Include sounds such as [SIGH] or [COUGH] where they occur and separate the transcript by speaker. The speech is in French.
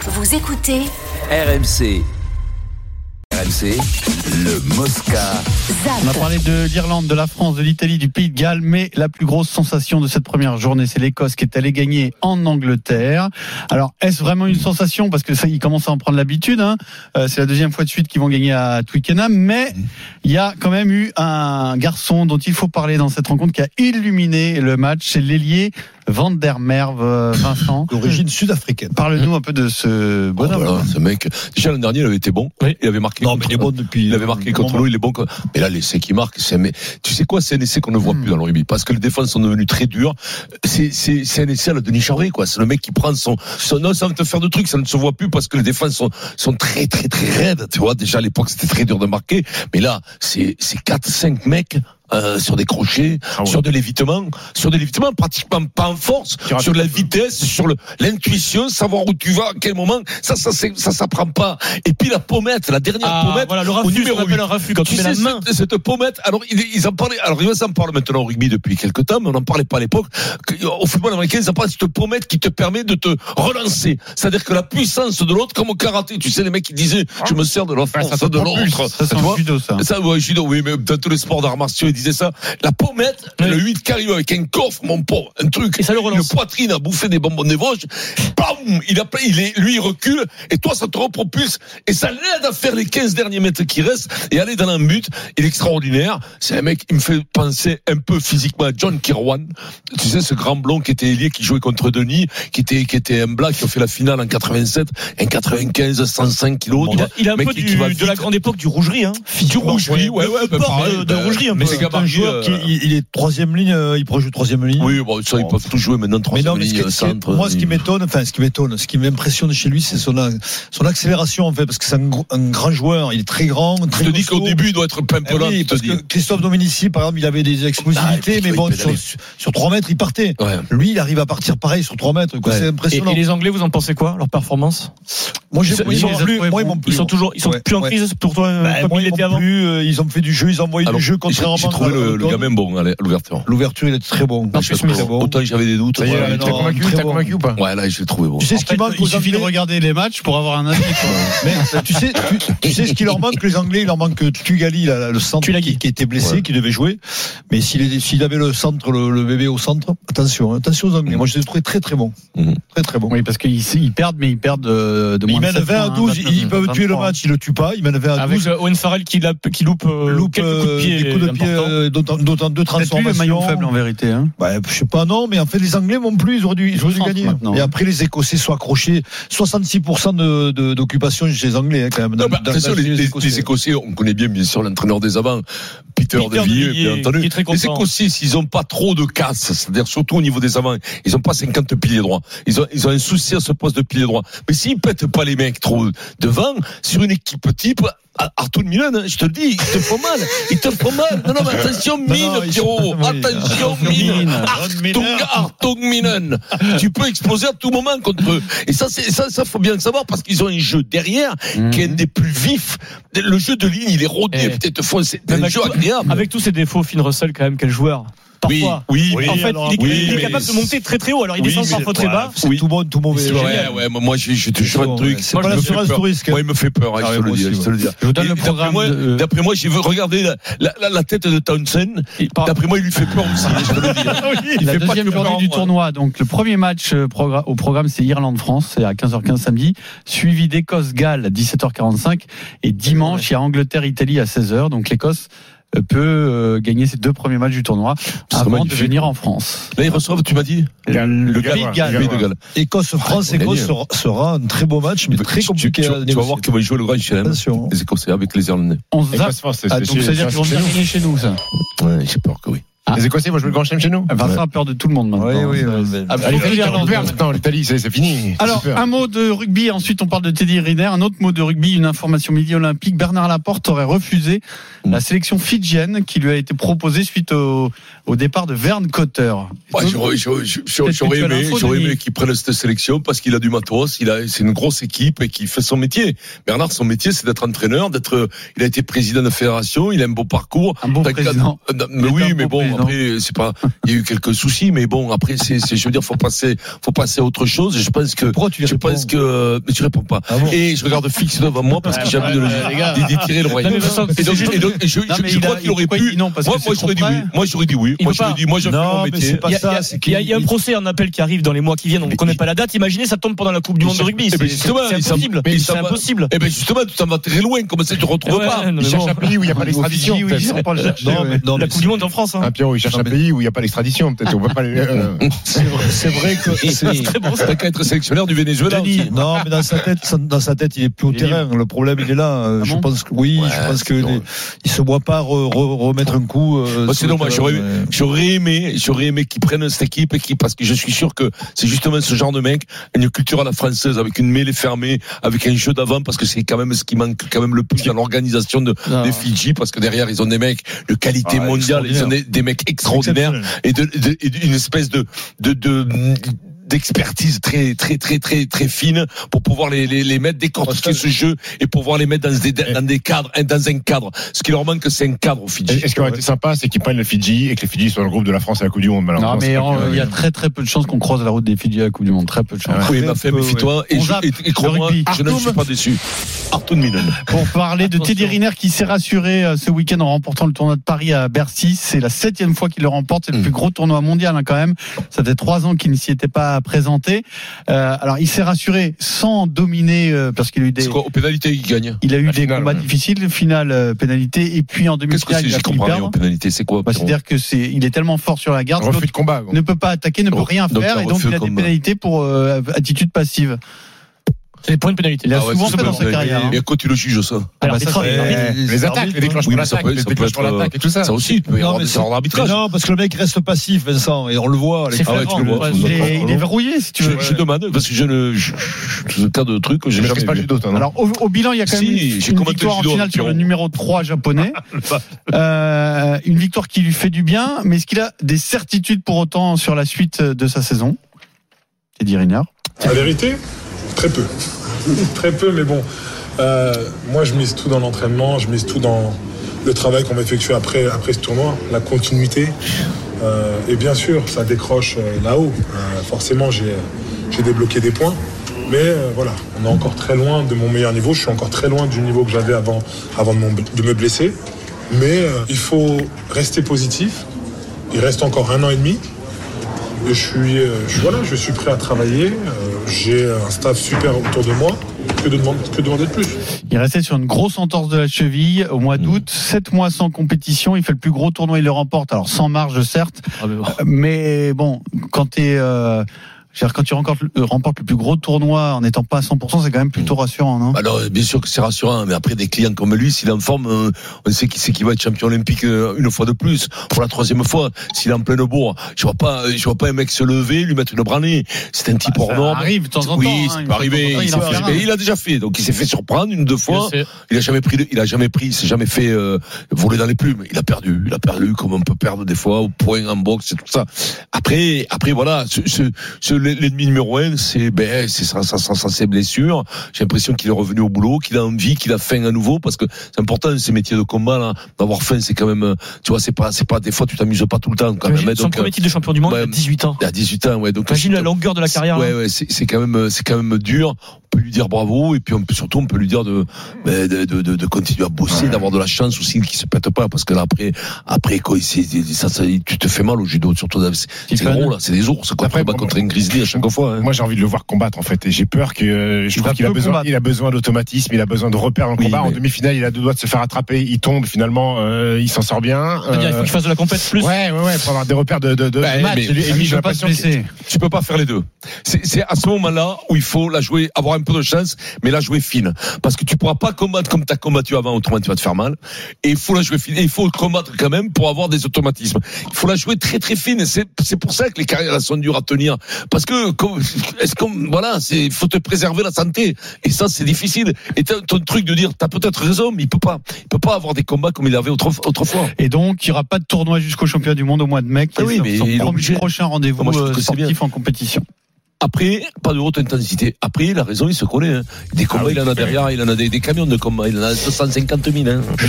Speaker 1: Vous écoutez
Speaker 2: RMC. RMC, le Mosca.
Speaker 1: ZAP.
Speaker 3: On a parlé de l'Irlande, de la France, de l'Italie, du Pays de Galles, mais la plus grosse sensation de cette première journée, c'est l'Écosse qui est allée gagner en Angleterre. Alors, est-ce vraiment une sensation Parce que ça, ils commencent à en prendre l'habitude. Hein. Euh, c'est la deuxième fois de suite qu'ils vont gagner à Twickenham, mais
Speaker 4: Mmh.
Speaker 3: il y a quand même eu un garçon dont il faut parler dans cette rencontre qui a illuminé le match, c'est l'ailier Van der Merwe, euh,
Speaker 4: [COUGHS]
Speaker 3: Vincent.
Speaker 5: d'origine sud-africaine.
Speaker 3: Parle-nous un peu de ce
Speaker 6: Oh,
Speaker 3: bonhomme.
Speaker 6: voilà, ce mec, déjà l'an dernier, il avait été bon.
Speaker 5: Oui.
Speaker 6: Il avait marqué.
Speaker 5: Non, mais
Speaker 6: contre-
Speaker 5: il est bon depuis. euh,
Speaker 6: Il avait marqué contre l'eau, il est bon. contre- Mais là, l'essai qui marque, c'est. Mais tu sais quoi, c'est un essai qu'on ne voit
Speaker 5: Hmm.
Speaker 6: plus dans le rugby parce que les défenses sont devenues très dures. C'est c'est c'est un essai à la Denis Charvet, quoi. C'est le mec qui prend son son non, ça va te faire de trucs, ça ne se voit plus parce que les défenses sont sont très très très raides. Tu vois, déjà à l'époque, c'était très dur de marquer, mais là, c'est c'est quatre cinq mecs. euh, sur des crochets,
Speaker 5: Ah
Speaker 6: sur de l'évitement, sur de l'évitement pratiquement pas en force, sur de la vitesse, sur le- l'intuition, savoir où tu vas, à quel moment, ça ça c'est- ça s'apprend pas. Et puis la pommette, la dernière pommette
Speaker 5: Ah, voilà, le
Speaker 6: au
Speaker 5: raffut,
Speaker 6: numéro
Speaker 5: on
Speaker 4: bah,
Speaker 5: appelle
Speaker 6: 8.
Speaker 5: un raffut quand tu,
Speaker 6: tu
Speaker 5: mets
Speaker 6: sais,
Speaker 5: la main.
Speaker 6: cette, cette pommette, alors ils, ils en parlaient, alors ils en parlent maintenant au rugby depuis quelques temps, mais on n'en parlait pas à l'époque. Que- Au football américain, ils en parlent de cette pommette qui te permet de te relancer. C'est-à-dire que la puissance de l'autre, comme au karaté, tu sais, les mecs qui disaient,
Speaker 5: Ah.
Speaker 6: je me sers de la
Speaker 5: Ben,
Speaker 6: force de l'autre.
Speaker 3: Ça, c'est
Speaker 6: Tu vois
Speaker 3: un judo, ça.
Speaker 6: ça, ouais, judo, oui, mais dans tous les sports d'arts martiaux, ils disaient ça. La pommette,
Speaker 5: Oui.
Speaker 6: le 8 qui arrive avec un coffre, mon pauvre, un truc.
Speaker 5: Et ça le relance.
Speaker 6: Une poitrine à bouffer des bonbons des Vosges. Bam! Il a, il est, lui, il recule, et toi, ça te repropulse, et ça l'aide à faire les 15 derniers mètres qui restent, et aller dans un but. Il est extraordinaire. C'est un mec, il me fait penser un peu physiquement à John Kirwan. Tu sais, ce grand blond qui était ailier, qui jouait contre Denis, qui était, qui était un black, qui a fait la finale en 87, un 95, 105 kilos. tu
Speaker 5: Il a,
Speaker 6: vois.
Speaker 5: il a un
Speaker 6: Mec
Speaker 5: peu
Speaker 6: qui-
Speaker 5: du-
Speaker 6: qui va
Speaker 5: de la
Speaker 6: vite.
Speaker 5: grande époque du rougerie, hein.
Speaker 6: Du rougerie, ouais, ouais,
Speaker 5: Le
Speaker 6: bah,
Speaker 5: port
Speaker 6: pareil,
Speaker 5: de, de
Speaker 4: Euh,
Speaker 6: bah,
Speaker 5: rougerie, un peu.
Speaker 6: mais c'est
Speaker 5: C'est un
Speaker 6: Gabardi,
Speaker 5: joueur
Speaker 6: euh,
Speaker 5: qui-
Speaker 4: il, il est troisième ligne, euh, il projette troisième ligne.
Speaker 6: Oui, bon, ça, ils peuvent tout jouer maintenant, euh,
Speaker 4: Mais
Speaker 6: troisième
Speaker 4: non, mais ce
Speaker 6: ligne,
Speaker 4: qui- ce qui-
Speaker 6: centre.
Speaker 4: moi, ce qui m'étonne, enfin, ce qui m'étonne, ce qui m'impressionne chez lui, c'est son, a- son accélération, en fait, parce que c'est un, gr- un grand joueur, il est très grand,
Speaker 6: Je
Speaker 4: très
Speaker 6: te dis qu'au
Speaker 4: costaud.
Speaker 6: début, il doit être
Speaker 4: Eh
Speaker 6: pimpelin,
Speaker 4: oui,
Speaker 6: je te
Speaker 4: parce
Speaker 6: dis.
Speaker 4: que Christophe Dominici, par exemple, il avait des
Speaker 6: Ah, et
Speaker 4: explosivités,
Speaker 6: puis,
Speaker 4: mais
Speaker 6: il
Speaker 4: bon, sur,
Speaker 6: pédalait.
Speaker 4: sur 3 mètres, il partait.
Speaker 6: Ouais.
Speaker 4: Lui, il arrive à partir pareil sur 3 mètres, quoi,
Speaker 6: Ouais.
Speaker 4: c'est
Speaker 5: Et,
Speaker 4: impressionnant.
Speaker 5: et les Anglais, vous en pensez quoi, leur performance
Speaker 4: moi, j'ai-
Speaker 5: Ils sont-
Speaker 4: moi,
Speaker 5: ils
Speaker 4: ils
Speaker 5: sont
Speaker 4: m'ont
Speaker 5: les
Speaker 4: plus,
Speaker 5: autres,
Speaker 4: moi, ils m'ont plus.
Speaker 5: Ils sont toujours, ils sont
Speaker 4: Ouais,
Speaker 5: plus en
Speaker 4: ouais.
Speaker 5: crise pour toi, euh,
Speaker 4: Bah,
Speaker 5: comme
Speaker 4: moi,
Speaker 5: il
Speaker 4: ils
Speaker 5: était
Speaker 4: m'ont
Speaker 5: avant.
Speaker 4: plus, euh, ils ont fait du jeu, ils ont envoyé
Speaker 6: Alors,
Speaker 4: du
Speaker 6: j'ai
Speaker 4: jeu
Speaker 6: j'ai
Speaker 4: contrairement
Speaker 6: trouvé
Speaker 4: à-
Speaker 6: le, le gamin bon à l'ouverture.
Speaker 4: L'ouverture, il est très bon.
Speaker 5: Non, je suis
Speaker 4: Très bon.
Speaker 6: Autant j'avais des doutes.
Speaker 4: y est,
Speaker 6: Ouais,
Speaker 4: t'as
Speaker 6: non.
Speaker 4: convaincu, t'as convaincu
Speaker 5: ou pas
Speaker 6: Ouais, là, je l'ai trouvé bon.
Speaker 4: Tu sais ce qui
Speaker 3: En
Speaker 4: manque
Speaker 3: fait, il
Speaker 4: aux
Speaker 3: suffit de
Speaker 4: Anglais
Speaker 3: regarder les matchs pour avoir un avis. quoi.
Speaker 4: Mais tu sais, tu, tu sais ce qu'il leur manque, les Anglais, il leur manque Tugali, là, là, le centre
Speaker 5: Tulagi.
Speaker 4: qui, qui était blessé,
Speaker 6: Ouais.
Speaker 4: qui devait jouer. Mais s'il est- s'il avait le centre, le, le bébé au centre, attention, hein, attention aux
Speaker 6: Mm.
Speaker 4: Anglais. Moi, je les ai trouvés très très bons.
Speaker 6: Mhm.
Speaker 4: Très très bons.
Speaker 3: Oui, parce qu'ils ils perdent, mais ils perdent euh, de
Speaker 4: Ils
Speaker 3: moins de
Speaker 4: mènent
Speaker 3: 7
Speaker 4: 20 à
Speaker 3: points,
Speaker 4: 12,
Speaker 3: hein,
Speaker 4: ils peuvent
Speaker 3: 23,
Speaker 4: tuer le
Speaker 3: 23.
Speaker 4: match, ils le tuent pas, ils mènent 20 à
Speaker 5: Avec
Speaker 4: 12.
Speaker 5: euh, Owen Farrell qui, la- qui loupe, euh,
Speaker 4: Loupe
Speaker 5: quelques coups de
Speaker 4: euh,
Speaker 5: pied,
Speaker 4: des coups de pied
Speaker 5: importants.
Speaker 4: euh, d'autant- d'autant deux
Speaker 3: Peut-être plus le maillon
Speaker 4: transformations.
Speaker 3: faible en vérité. Hein.
Speaker 4: Bah, je sais pas, non, mais en fait, les Anglais non plus, ils auraient dû, ils auraient dû
Speaker 3: centre,
Speaker 4: gagner.
Speaker 3: maintenant.
Speaker 4: Et après, les Écossais sont accrochés. 66% de- de- d'occupation chez les Anglais, hein, quand même.
Speaker 6: Non,
Speaker 4: dans-
Speaker 6: bah,
Speaker 4: dans-
Speaker 6: attention,
Speaker 4: dans-
Speaker 6: les,
Speaker 4: chez
Speaker 6: les- les Écossais, on connaît bien, bien sûr, l'entraîneur des avants, Peter,
Speaker 5: Peter
Speaker 6: de Villiers,
Speaker 5: Devilliers,
Speaker 6: bien entendu.
Speaker 5: qui est très
Speaker 6: les
Speaker 5: content.
Speaker 6: Écossais, s'ils n'ont pas trop de casse, c'est-à-dire surtout au niveau des avants, ils n'ont pas 50 piliers droits. Ils ont, ils ont un souci à ce poste de pilier droit. Mais s'ils pètent pas les mecs trop devant, sur une équipe type, Ar- Arthur Milan, hein, je te le dis, ils te font mal, ils te font mal. Non, non, mais attention, mine,
Speaker 4: non, ils
Speaker 6: Pierrot,
Speaker 4: sont- oui.
Speaker 6: attention,
Speaker 3: Arthur
Speaker 6: mine,
Speaker 3: Mine.
Speaker 6: Artung, Artung Minen. Tu peux exploser à tout moment contre eux. Et ça, c'est, ça, ça, faut bien le savoir parce qu'ils ont un jeu derrière qui est un des plus vifs. Le jeu de ligne, il est rodé,
Speaker 5: Eh.
Speaker 6: peut-être fond, c'est
Speaker 5: Même
Speaker 6: un
Speaker 5: avec
Speaker 6: jeu
Speaker 5: tout-
Speaker 6: agréable.
Speaker 5: Avec tous ses défauts, Finn Russell, quand même, quel joueur.
Speaker 6: Oui,
Speaker 5: Parfois.
Speaker 6: oui,
Speaker 5: en fait,
Speaker 4: alors,
Speaker 5: il est,
Speaker 6: oui,
Speaker 5: il est
Speaker 6: mais-
Speaker 5: capable de monter très très haut, alors il
Speaker 6: Oui,
Speaker 5: descend
Speaker 6: mais-
Speaker 5: parfois très
Speaker 6: voilà.
Speaker 5: bas.
Speaker 4: C'est
Speaker 6: Oui.
Speaker 4: tout bon, tout mauvais.
Speaker 6: Ouais, ouais,
Speaker 5: génial.
Speaker 6: moi, moi, je, je te jure
Speaker 4: bon,
Speaker 6: un truc.
Speaker 4: ouais. C'est
Speaker 6: Moi,
Speaker 4: pas
Speaker 6: je me fais
Speaker 4: l'assurance
Speaker 6: peur.
Speaker 4: du risque, hein.
Speaker 6: Moi, il me fait peur, hein,
Speaker 4: Ah,
Speaker 6: je
Speaker 4: ouais,
Speaker 6: te le
Speaker 4: moi
Speaker 6: dis,
Speaker 4: aussi,
Speaker 6: je te le dis.
Speaker 3: Je vous donne
Speaker 6: Et
Speaker 3: le
Speaker 6: d'après
Speaker 3: programme.
Speaker 6: moi-
Speaker 3: de-
Speaker 6: D'après moi, j'ai vu regarder la, la, la- la tête de Townsend.
Speaker 5: Il part-
Speaker 6: D'après moi, il lui fait peur aussi. je te le dis, hein. Il
Speaker 3: la
Speaker 6: fait pas
Speaker 3: deuxième
Speaker 6: que peur
Speaker 3: journée
Speaker 6: en
Speaker 3: du
Speaker 6: moi.
Speaker 3: tournoi. Donc le premier match euh, progra- au programme, c'est Irlande-France, c'est à 15h15 samedi, suivi d'Écosse-Galles à 17h45 et dimanche il y a Angleterre-Italie à 16h. Donc l'Écosse euh, peut euh, gagner ses deux premiers matchs du tournoi
Speaker 6: Ce serait
Speaker 3: avant de
Speaker 6: magnifique.
Speaker 3: venir en France.
Speaker 6: Là, ils reçoivent, tu m'as dit Le
Speaker 3: Pays de Galles.
Speaker 6: Pays de Galles.
Speaker 4: Écosse, France,
Speaker 6: Ah, on
Speaker 4: Écosse
Speaker 6: l'a dit,
Speaker 4: sera, sera un très beau match, mais très
Speaker 6: Tu- tu-
Speaker 4: compliqué
Speaker 6: Tu,
Speaker 4: à
Speaker 6: tu vas voir qu'ils vont jouer le grand Chelem.
Speaker 4: Attention.
Speaker 6: Les Écossais avec les Irlandais.
Speaker 3: On se zappe.
Speaker 7: c'est-
Speaker 3: Ah, donc ça veut dire qu'ils vont venir gagner chez nous, ça.
Speaker 6: Ouais, j'ai peur que oui.
Speaker 7: Les Écossais vont jouer le Grand Chelem chez nous.
Speaker 3: Vincent a peur de tout le monde maintenant.
Speaker 4: Oui, oui,
Speaker 3: Ah,
Speaker 4: oui.
Speaker 3: faut que l'Irlande-
Speaker 7: On perd maintenant, l'Italie, c'est c'est fini.
Speaker 3: Alors,
Speaker 7: Super.
Speaker 3: un mot de rugby, ensuite on parle de Teddy Riner, un autre mot de rugby, une information midi olympique. Bernard Laporte aurait refusé la sélection fidjienne qui lui a été proposée suite au, au départ de Verne Cotter.
Speaker 6: Ouais, j'aurais, j'aurais- j'aurais-
Speaker 3: Mmh. Peut-être que
Speaker 6: j'aurais
Speaker 3: tu as
Speaker 6: aimé,
Speaker 3: l'info,
Speaker 6: j'aurais
Speaker 3: Denis.
Speaker 6: aimé qu'il prenne cette sélection parce qu'il a du matos, il a, c'est une grosse équipe et qu'il fait son métier. Bernard, son métier, c'est d'être entraîneur, d'être, il a été président de fédération, il a un beau parcours.
Speaker 3: Un beau
Speaker 6: T'as qu'à-
Speaker 3: président.
Speaker 6: Euh, non, Mais
Speaker 3: Il est
Speaker 6: oui,
Speaker 3: un
Speaker 6: mais
Speaker 3: beau
Speaker 6: bon,
Speaker 3: président.
Speaker 6: après, c'est pas, il y a eu quelques soucis, mais bon, après, c'est, c'est- je veux dire, faut passer, faut passer à autre chose. Et je pense que,
Speaker 4: Pourquoi tu lui
Speaker 6: je
Speaker 4: réponds
Speaker 6: pense que, mais tu réponds pas.
Speaker 4: Ah bon
Speaker 6: Et je regarde fixe devant moi parce que j'ai envie de le, d'étirer le
Speaker 5: Non, mais
Speaker 6: Et
Speaker 5: Vincent,
Speaker 6: donc,
Speaker 5: c'est juste-
Speaker 6: et donc, et je,
Speaker 3: Non,
Speaker 6: je-
Speaker 3: mais
Speaker 6: je
Speaker 3: il
Speaker 6: crois
Speaker 3: a-
Speaker 6: qu'il aurait
Speaker 3: pourquoi il
Speaker 6: pu.
Speaker 3: dit non, parce
Speaker 6: moi,
Speaker 3: que
Speaker 6: moi,
Speaker 3: c'est
Speaker 6: j'aurais dit
Speaker 3: trop
Speaker 6: oui.
Speaker 3: près.
Speaker 6: Moi, j'aurais dit oui.
Speaker 5: Il
Speaker 6: Moi,
Speaker 5: peut
Speaker 6: j'aurais
Speaker 5: pas.
Speaker 6: dit, moi, je fais
Speaker 4: Non,
Speaker 6: mon
Speaker 4: mais
Speaker 6: métier.
Speaker 4: c'est pas
Speaker 5: Il y, a-
Speaker 4: ça,
Speaker 5: il y a-
Speaker 4: c'est
Speaker 5: il y a- il y a un
Speaker 4: qu'il-
Speaker 5: procès, on n'appelle qui arrive dans les mois qui viennent, on ne connaît pas la date. Imaginez, ça tombe pendant la Coupe du Monde de rugby.
Speaker 6: Eh
Speaker 5: C'est
Speaker 6: ben,
Speaker 5: c'est-
Speaker 6: justement,
Speaker 5: c'est
Speaker 6: il s'en-
Speaker 5: impossible.
Speaker 6: mais il
Speaker 5: C'est
Speaker 6: s'en va-
Speaker 5: impossible.
Speaker 6: Eh ben, justement, tu t'en vas très loin. Comme ça, tu te retrouves
Speaker 5: Ouais,
Speaker 6: pas. [LAUGHS]
Speaker 5: non, mais
Speaker 7: Il cherche
Speaker 5: bon.
Speaker 7: un pays où il n'y a pas l'extradition.
Speaker 3: Oui,
Speaker 7: peut-être.
Speaker 3: oui, on parle de chercher,
Speaker 4: Non, mais,
Speaker 3: ouais.
Speaker 4: non,
Speaker 5: La
Speaker 4: mais
Speaker 5: Coupe du Monde en France, hein.
Speaker 7: Hein, Pierrot, il cherche
Speaker 4: Non,
Speaker 7: un
Speaker 4: mais-
Speaker 7: pays où il n'y a pas l'extradition. Peut-être on peut pas. les- euh,
Speaker 4: [LAUGHS] c'est vrai, c'est vrai que. c'est-
Speaker 5: Très bon, ça.
Speaker 6: T'as qu'à être sélectionnaire du Venezuela.
Speaker 4: Denis, non, mais dans sa tête, sa- dans sa tête, il est plus au
Speaker 3: Il est
Speaker 4: terrain. Le problème, il est là. Euh,
Speaker 3: Ah
Speaker 4: je
Speaker 3: bon
Speaker 4: pense que oui, je pense que
Speaker 6: drôle.
Speaker 4: les- il se voit pas re- re- remettre un coup. euh,
Speaker 6: Bah,
Speaker 4: sur
Speaker 6: c'est
Speaker 4: le
Speaker 6: dommage,
Speaker 4: terrain,
Speaker 6: j'aurais,
Speaker 4: mais-
Speaker 6: j'aurais aimé, j'aurais aimé qu'ils prennent cette équipe et qui, parce que je suis sûr que c'est justement ce genre de mec, une culture à la française, avec une mêlée fermée, avec un jeu d'avant, parce que c'est quand même ce qui manque quand même le plus dans l'organisation de, des Fidji, parce que derrière, ils ont des mecs de qualité
Speaker 4: Ah,
Speaker 6: mondiale, ils ont des, des mecs extraordinaires, et de, de- et d'une espèce de, de, de- d'expertise très très très très très fine pour pouvoir les les, les mettre décortiquer ce jeu et pouvoir les mettre dans des dans des cadres dans un cadre ce qui leur manque c'est un cadre aux Fidji
Speaker 7: Est-ce qu'il aurait été sympa, c'est qu'ils prennent le Fidji et que les Fidji soient dans le groupe de la France à la Coupe du Monde
Speaker 3: Non,
Speaker 7: malheureusement,
Speaker 3: mais
Speaker 7: c'est
Speaker 3: en-
Speaker 7: pas que-
Speaker 3: il y a très très peu de chances qu'on croise la route des Fidji à la Coupe du Monde. Très peu de chances.
Speaker 6: Oui, ma femme,
Speaker 4: peu,
Speaker 6: méfie-toi. Et,
Speaker 3: On
Speaker 6: je-
Speaker 3: zappe.
Speaker 6: et, et crois-moi,
Speaker 3: Le rugby.
Speaker 6: je ne suis pas déçu. Arthur Milan.
Speaker 3: Pour parler de Teddy
Speaker 5: Attention.
Speaker 3: Riner qui s'est rassuré euh, ce week-end en remportant le tournoi de Paris à Bercy. C'est la septième fois qu'il le remporte. C'est le
Speaker 6: Mm.
Speaker 3: plus gros tournoi mondial hein, quand même. Ça fait trois ans qu'il ne s'y était pas présenté. Euh, alors il s'est rassuré sans dominer euh, parce qu'il a eu des
Speaker 6: C'est quoi Aux pénalités, il gagne.
Speaker 3: il a eu
Speaker 7: La
Speaker 3: des
Speaker 7: finale,
Speaker 3: combats
Speaker 7: ouais.
Speaker 3: difficiles, finale euh, pénalité et puis en
Speaker 6: Qu'est-ce que
Speaker 3: demi-finale
Speaker 6: c'est
Speaker 3: il a
Speaker 6: J'ai
Speaker 3: pu
Speaker 6: compris rien aux
Speaker 3: perdre.
Speaker 6: pénalités. C'est quoi
Speaker 3: Bah,
Speaker 6: pardon
Speaker 3: C'est-à-dire que c'est il est tellement fort sur la garde.
Speaker 7: refus
Speaker 3: l'autre
Speaker 7: de combat. gros.
Speaker 3: Ne peut pas attaquer, ne peut
Speaker 6: Donc,
Speaker 3: rien
Speaker 6: donc,
Speaker 3: faire,
Speaker 6: il
Speaker 3: et donc
Speaker 6: refait
Speaker 3: il a des
Speaker 6: comme-
Speaker 3: pénalités pour euh, attitude passive.
Speaker 5: C'est les points de pénalité.
Speaker 3: Il a
Speaker 6: Ah ouais,
Speaker 3: souvent
Speaker 6: c'est
Speaker 3: fait dans
Speaker 6: bon,
Speaker 3: sa
Speaker 6: ouais.
Speaker 3: carrière. hein.
Speaker 6: Et à quoi tu le juges, ça
Speaker 3: Ah bah,
Speaker 5: Alors,
Speaker 3: ça,
Speaker 5: c'est-
Speaker 3: c'est-
Speaker 4: Eh,
Speaker 7: Les attaques, les déclenchements
Speaker 6: Oui, mais ça
Speaker 7: d'attaque,
Speaker 6: peut-
Speaker 7: les
Speaker 6: ça peut
Speaker 7: déclenchements
Speaker 6: être, euh,
Speaker 7: d'attaque et tout ça.
Speaker 6: Ça aussi, il peut y
Speaker 4: Non,
Speaker 6: avoir
Speaker 4: mais
Speaker 6: des
Speaker 4: c'est-
Speaker 6: erreurs
Speaker 4: mais
Speaker 6: d'arbitrage.
Speaker 4: non, parce que le mec reste passif, Vincent, et on le voit. les-
Speaker 5: C'est
Speaker 6: Ah ouais,
Speaker 5: flagrant.
Speaker 6: tu le vois,
Speaker 5: Ouais,
Speaker 6: tu
Speaker 3: Il
Speaker 6: le vois.
Speaker 3: est, il est verrouillé, si tu
Speaker 6: Je,
Speaker 3: veux.
Speaker 6: je demande, parce que je ne. Je, je- ce tas de trucs que
Speaker 7: Je
Speaker 6: j'ai
Speaker 7: ne maîtrise pas
Speaker 6: jamais
Speaker 7: le
Speaker 6: vu.
Speaker 7: judo, toi, non
Speaker 3: Alors, au, au bilan, il y a quand
Speaker 6: Si,
Speaker 3: même
Speaker 6: j'ai
Speaker 3: une, une
Speaker 6: commenté
Speaker 3: victoire
Speaker 6: le
Speaker 3: en
Speaker 6: judo Ah,
Speaker 3: finale
Speaker 6: avec
Speaker 3: sur le
Speaker 6: Pierrot.
Speaker 3: numéro 3
Speaker 6: [LAUGHS]
Speaker 3: japonais. Euh, une victoire qui lui fait du bien, mais est-ce qu'il a des certitudes pour autant sur la suite de sa saison Teddy Riner.
Speaker 1: La vérité Très peu. [LAUGHS] Très peu, mais bon. euh, moi, je mise tout dans l'entraînement, je mise tout dans le travail qu'on va effectuer après, après ce tournoi, la continuité. Euh, et bien sûr, ça décroche euh, là-haut. Euh, forcément, j'ai j'ai débloqué des points. Mais euh, voilà, on est encore très loin de mon meilleur niveau. Je suis encore très loin du niveau que j'avais avant, avant de, mon- de me blesser. Mais euh, il faut rester positif. Il reste encore un an et demi. Et je suis, euh, je- voilà, je suis prêt à travailler. Euh, J'ai un staff super autour de moi. Que, de demander, que demander de plus
Speaker 3: Il restait sur une grosse entorse de la cheville au
Speaker 6: Hmm.
Speaker 3: mois d'août. Sept mois sans compétition. Il fait le plus gros tournoi, il le remporte. Alors, sans marge, certes. Mais bon, quand t'es, euh, je veux dire, quand tu remportes, le- euh, remportes le plus gros tournoi en n'étant pas à 100%, c'est quand même
Speaker 6: Hmm.
Speaker 3: plutôt rassurant, non
Speaker 6: Alors, Bah bien sûr que c'est rassurant, mais après, des clients comme lui, s'il est en forme, euh, on sait qui c'est qui va être champion olympique euh, une fois de plus, pour la troisième fois, s'il est en pleine bourre. Je vois pas, je vois pas un mec se lever, lui mettre une branlée. C'est un type hors
Speaker 3: Bah, Ça
Speaker 6: norme.
Speaker 3: arrive de temps en temps.
Speaker 6: Oui,
Speaker 3: hein,
Speaker 6: c'est
Speaker 3: une
Speaker 6: pas
Speaker 3: fois de temps en
Speaker 6: arrivé.
Speaker 3: temps,
Speaker 6: Il,
Speaker 3: il en fait
Speaker 6: s'est-
Speaker 3: un.
Speaker 6: mais il a déjà fait. Donc il s'est fait surprendre une deux fois.
Speaker 5: c'est-
Speaker 6: Il a jamais pris. de- il a jamais pris. Il s'est jamais fait euh, voler dans les plumes. Il a perdu. Il a perdu comme on peut perdre des fois au point en boxe et tout ça. Après, après voilà. Ce, ce, ce- L'ennemi numéro un, c'est ben c'est ça, ça, ça, ça, ses blessures. J'ai l'impression qu'il est revenu au boulot, qu'il a envie, qu'il a faim à nouveau parce que c'est important ces métiers de combat là. D'avoir faim, c'est quand même. euh, Tu vois, c'est pas c'est pas des fois tu t'amuses pas tout le temps quand même. hein.
Speaker 5: Son
Speaker 6: Donc, euh,
Speaker 5: premier titre de champion du monde, il a
Speaker 6: ouais,
Speaker 5: 18 ans.
Speaker 6: à 18 ans, ouais. Donc
Speaker 5: Imagine la longueur de la carrière.
Speaker 6: Ouais,
Speaker 5: hein.
Speaker 6: ouais, c'est c'est quand même, euh, c'est quand même dur. On peut lui dire bravo et puis on peut- surtout on peut lui dire de, ben, de, de, de- de continuer à bosser, d'avoir de la chance aussi qu'il se pète pas parce que là après, après quoi, il s'est- il- ça, ça- tu te fais mal au judo surtout. dans- c'est- C'est
Speaker 3: Stephen.
Speaker 6: gros là, c'est des ours. Quand
Speaker 7: Après,
Speaker 6: tu te bats
Speaker 7: bon,
Speaker 6: contre un grizzly à chaque fois. hein.
Speaker 7: Moi, j'ai envie de le voir combattre, en fait. Et j'ai peur que euh, je
Speaker 3: va
Speaker 7: trouve qu'il a
Speaker 3: peu
Speaker 7: besoin,
Speaker 3: combattre.
Speaker 7: il a besoin d'automatisme, il a besoin de repères dans le
Speaker 6: Oui,
Speaker 7: combat. En
Speaker 6: mais-
Speaker 7: demi-finale, il a deux doigts de se faire attraper, il tombe finalement, euh, il s'en sort bien.
Speaker 5: C'est-à-dire, il faut
Speaker 7: Euh,
Speaker 5: qu'il fasse de la compète plus. Ah,
Speaker 7: Ouais, ouais, ouais, pour avoir des repères de, de, de,
Speaker 6: Bah,
Speaker 7: de match.
Speaker 6: mais-
Speaker 7: Et lui- et
Speaker 3: Il
Speaker 7: lui, j'ai
Speaker 3: peut pas se
Speaker 7: l'impression que-
Speaker 3: blesser.
Speaker 6: Tu peux pas faire les deux. C'est c'est à ce moment-là où il faut la jouer, avoir un peu de chance, mais la jouer fine. Parce que tu pourras pas combattre comme tu as combattu avant, autrement tu vas te faire mal. Et il faut la jouer fine. Et il faut combattre quand même pour avoir des automatismes. Il faut la jouer très très fine. Et c'est c'est pour ça que les carrières elles sont dures à tenir. Parce que, comme- est-ce qu'on, voilà, c'est, faut te préserver la santé. Et ça, c'est difficile. Et t'as ton truc de dire, t'as peut-être raison, mais il peut pas. Il peut pas avoir des combats comme il avait autrefois. autrefois.
Speaker 3: Et donc, il n'y aura pas de tournoi jusqu'au championnat du monde au mois de mai, qui
Speaker 6: Ah oui,
Speaker 3: est
Speaker 6: mais
Speaker 3: son
Speaker 6: il est
Speaker 3: premier-
Speaker 6: obligé.
Speaker 3: prochain rendez-vous
Speaker 6: Moi, je trouve
Speaker 3: euh,
Speaker 6: que c'est bien.
Speaker 3: sportif en compétition.
Speaker 6: Après, pas de haute intensité. Après, la raison, il se connaît. hein. Des combats, il en a derrière, il en a des, des camions de combats, il en a 250 000. Hein.